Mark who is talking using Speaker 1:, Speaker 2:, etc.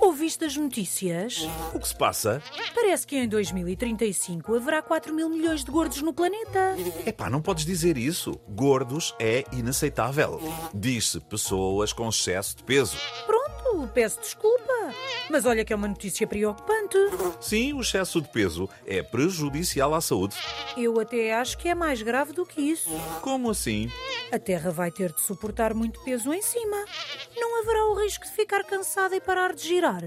Speaker 1: Ouviste as notícias?
Speaker 2: O que se passa?
Speaker 1: Parece que em 2035 haverá 4 mil milhões de gordos no planeta.
Speaker 2: Epá, não podes dizer isso. Gordos é inaceitável. Diz-se pessoas com excesso de peso.
Speaker 1: Pronto, peço desculpa. Mas olha que é uma notícia preocupante.
Speaker 2: Sim, o excesso de peso é prejudicial à saúde.
Speaker 1: Eu até acho que é mais grave do que isso.
Speaker 2: Como assim?
Speaker 1: A Terra vai ter de suportar muito peso em cima. Não haverá o risco de ficar cansada e parar de girar?